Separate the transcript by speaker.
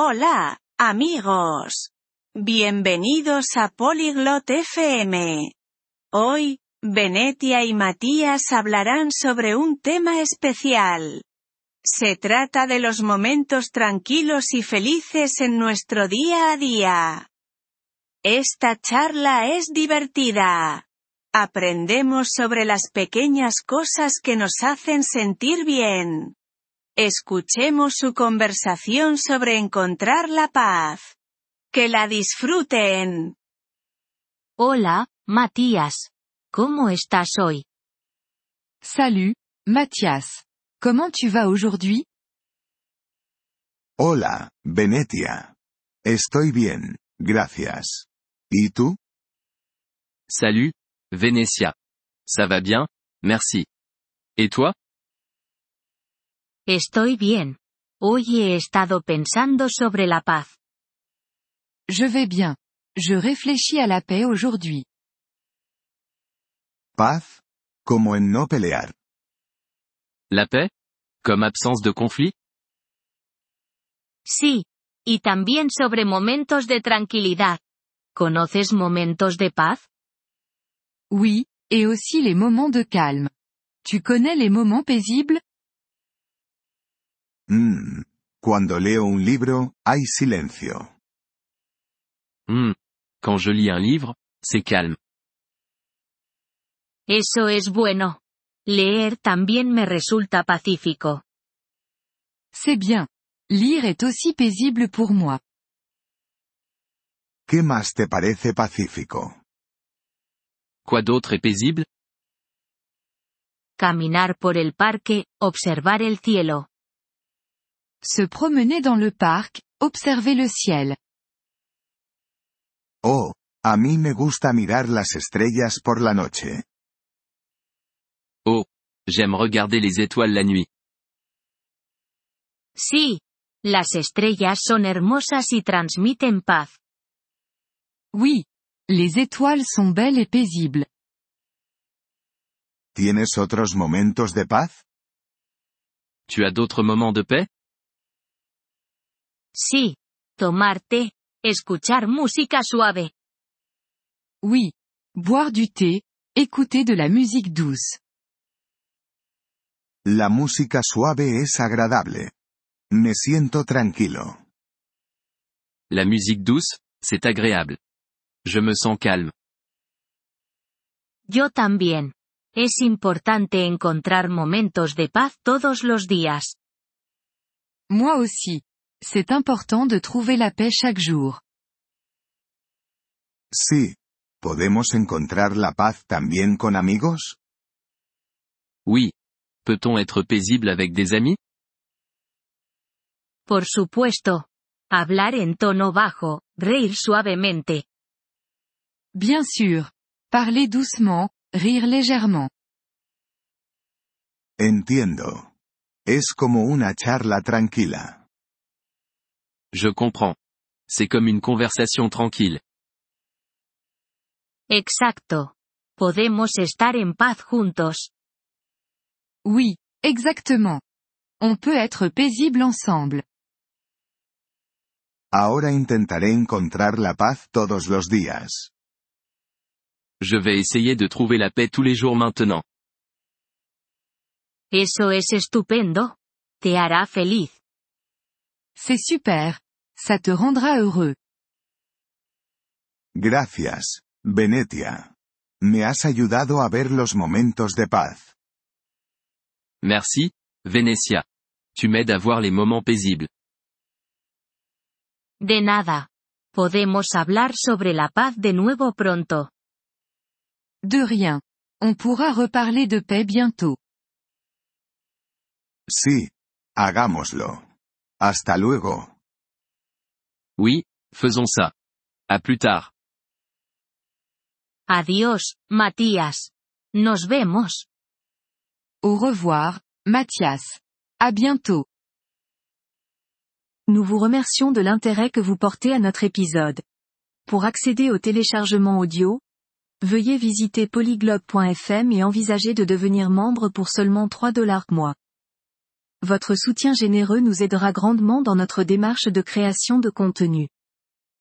Speaker 1: Hola, amigos. Bienvenidos a Polyglot FM. Hoy, Venetia y Matías hablarán sobre un tema especial. Se trata de los momentos tranquilos y felices en nuestro día a día. Esta charla es divertida. Aprendemos sobre las pequeñas cosas que nos hacen sentir bien. Escuchemos su conversación sobre encontrar la paz. Que la disfruten.
Speaker 2: Hola, Matías. ¿Cómo estás hoy?
Speaker 3: Salut, Mathias. Comment tu vas aujourd'hui
Speaker 4: Hola, Venetia. Estoy bien, gracias. ¿Y tú?
Speaker 5: Salut, Vénétia. Ça va bien, merci. Et toi
Speaker 2: Estoy bien. Hoy he estado pensando sobre la paz.
Speaker 3: Je vais bien. Je réfléchis à la paix aujourd'hui.
Speaker 4: Paz. Como en no pelear.
Speaker 5: La paix Comme absence de conflit
Speaker 2: Sí. Y también sobre momentos de tranquilidad. ¿Conoces momentos de paz?
Speaker 3: Oui, et aussi les moments de calme. Tu connais les moments paisibles
Speaker 4: Mm. Cuando leo un libro, hay silencio.
Speaker 5: Hmm. Quand je lis un livre, c'est calme.
Speaker 2: Eso es bueno. Leer también me resulta pacífico.
Speaker 3: C'est bien. Lire est aussi paisible pour moi.
Speaker 4: ¿Qué más te parece pacífico?
Speaker 5: Quoi d'autre est paisible
Speaker 2: Caminar por el parque, observar el cielo.
Speaker 3: Se promener dans le parc, observer le ciel.
Speaker 4: Oh, a mí me gusta mirar las estrellas por la noche.
Speaker 5: J'aime regarder les étoiles la nuit.
Speaker 2: Sí. Las estrellas son hermosas y transmiten paz.
Speaker 3: Oui. Les étoiles sont belles et paisibles.
Speaker 4: ¿Tienes otros momentos de paz?
Speaker 5: Tu as d'autres moments de paix
Speaker 2: Sí. Tomar té, escuchar música suave.
Speaker 3: Oui. Boire du thé, écouter de la musique douce.
Speaker 4: La música suave es agradable. Me siento tranquilo.
Speaker 5: La musique douce, c'est agréable. Je me sens calme.
Speaker 2: Yo también. Es importante encontrar momentos de paz todos los días.
Speaker 3: Moi aussi. C'est important de trouver la paix chaque jour.
Speaker 4: Sí. ¿Podemos encontrar la paz también con amigos?
Speaker 5: Oui. Peut-on être paisible avec des amis
Speaker 2: Por supuesto. Hablar en tono bajo, reír suavemente.
Speaker 3: Bien sûr. Parler doucement, rire légèrement.
Speaker 4: Entiendo. Es como una charla tranquila.
Speaker 5: Je comprends. C'est comme une conversation tranquille.
Speaker 2: Exacto. Podemos estar en paz juntos.
Speaker 3: Oui, exactement. On peut être paisible ensemble.
Speaker 4: Ahora intentaré encontrar la paz todos los días.
Speaker 5: Je vais essayer de trouver la paix tous les jours maintenant.
Speaker 2: Eso es estupendo. Te hará feliz.
Speaker 3: C'est super. Ça te rendra heureux.
Speaker 4: Gracias, Venetia. Me has ayudado a ver los momentos de paz.
Speaker 5: Merci, Vénétia. Tu m'aides à voir les moments paisibles.
Speaker 2: De nada. Podemos hablar sobre la paz de nuevo pronto.
Speaker 3: De rien. On pourra reparler de paix bientôt.
Speaker 4: Sí. Hagámoslo. Hasta luego.
Speaker 5: Oui, faisons ça. À plus tard.
Speaker 2: Adiós, Matías. Nos vemos.
Speaker 3: Au revoir, Mathias. À bientôt.
Speaker 6: Nous vous remercions de l'intérêt que vous portez à notre épisode. Pour accéder au téléchargement audio, veuillez visiter polyglobe.fm et envisager de devenir membre pour seulement 3 dollars mois.
Speaker 3: Votre soutien généreux nous aidera grandement dans notre démarche de création de contenu.